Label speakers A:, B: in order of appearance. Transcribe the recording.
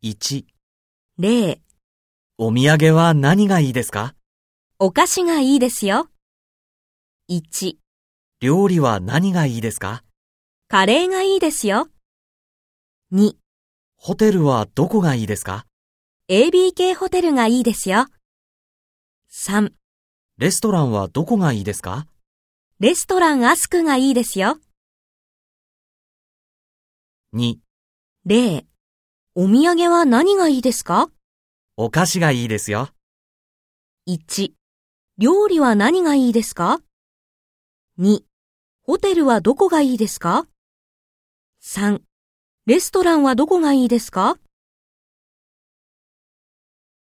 A: 1、
B: 例、
A: お土産は何がいいですか
B: お菓子がいいですよ。1、
A: 料理は何がいいですか
B: カレーがいいですよ。2、
A: ホテルはどこがいいですか
B: ABK ホテルがいいですよ。3、
A: レストランはどこがいいですか
B: レストランアスクがいいですよ。
A: ?2、
B: 例、お土産は何がいいですか
A: お菓子がいいですよ。
B: 1、料理は何がいいですか ?2、ホテルはどこがいいですか ?3、レストランはどこがいいですか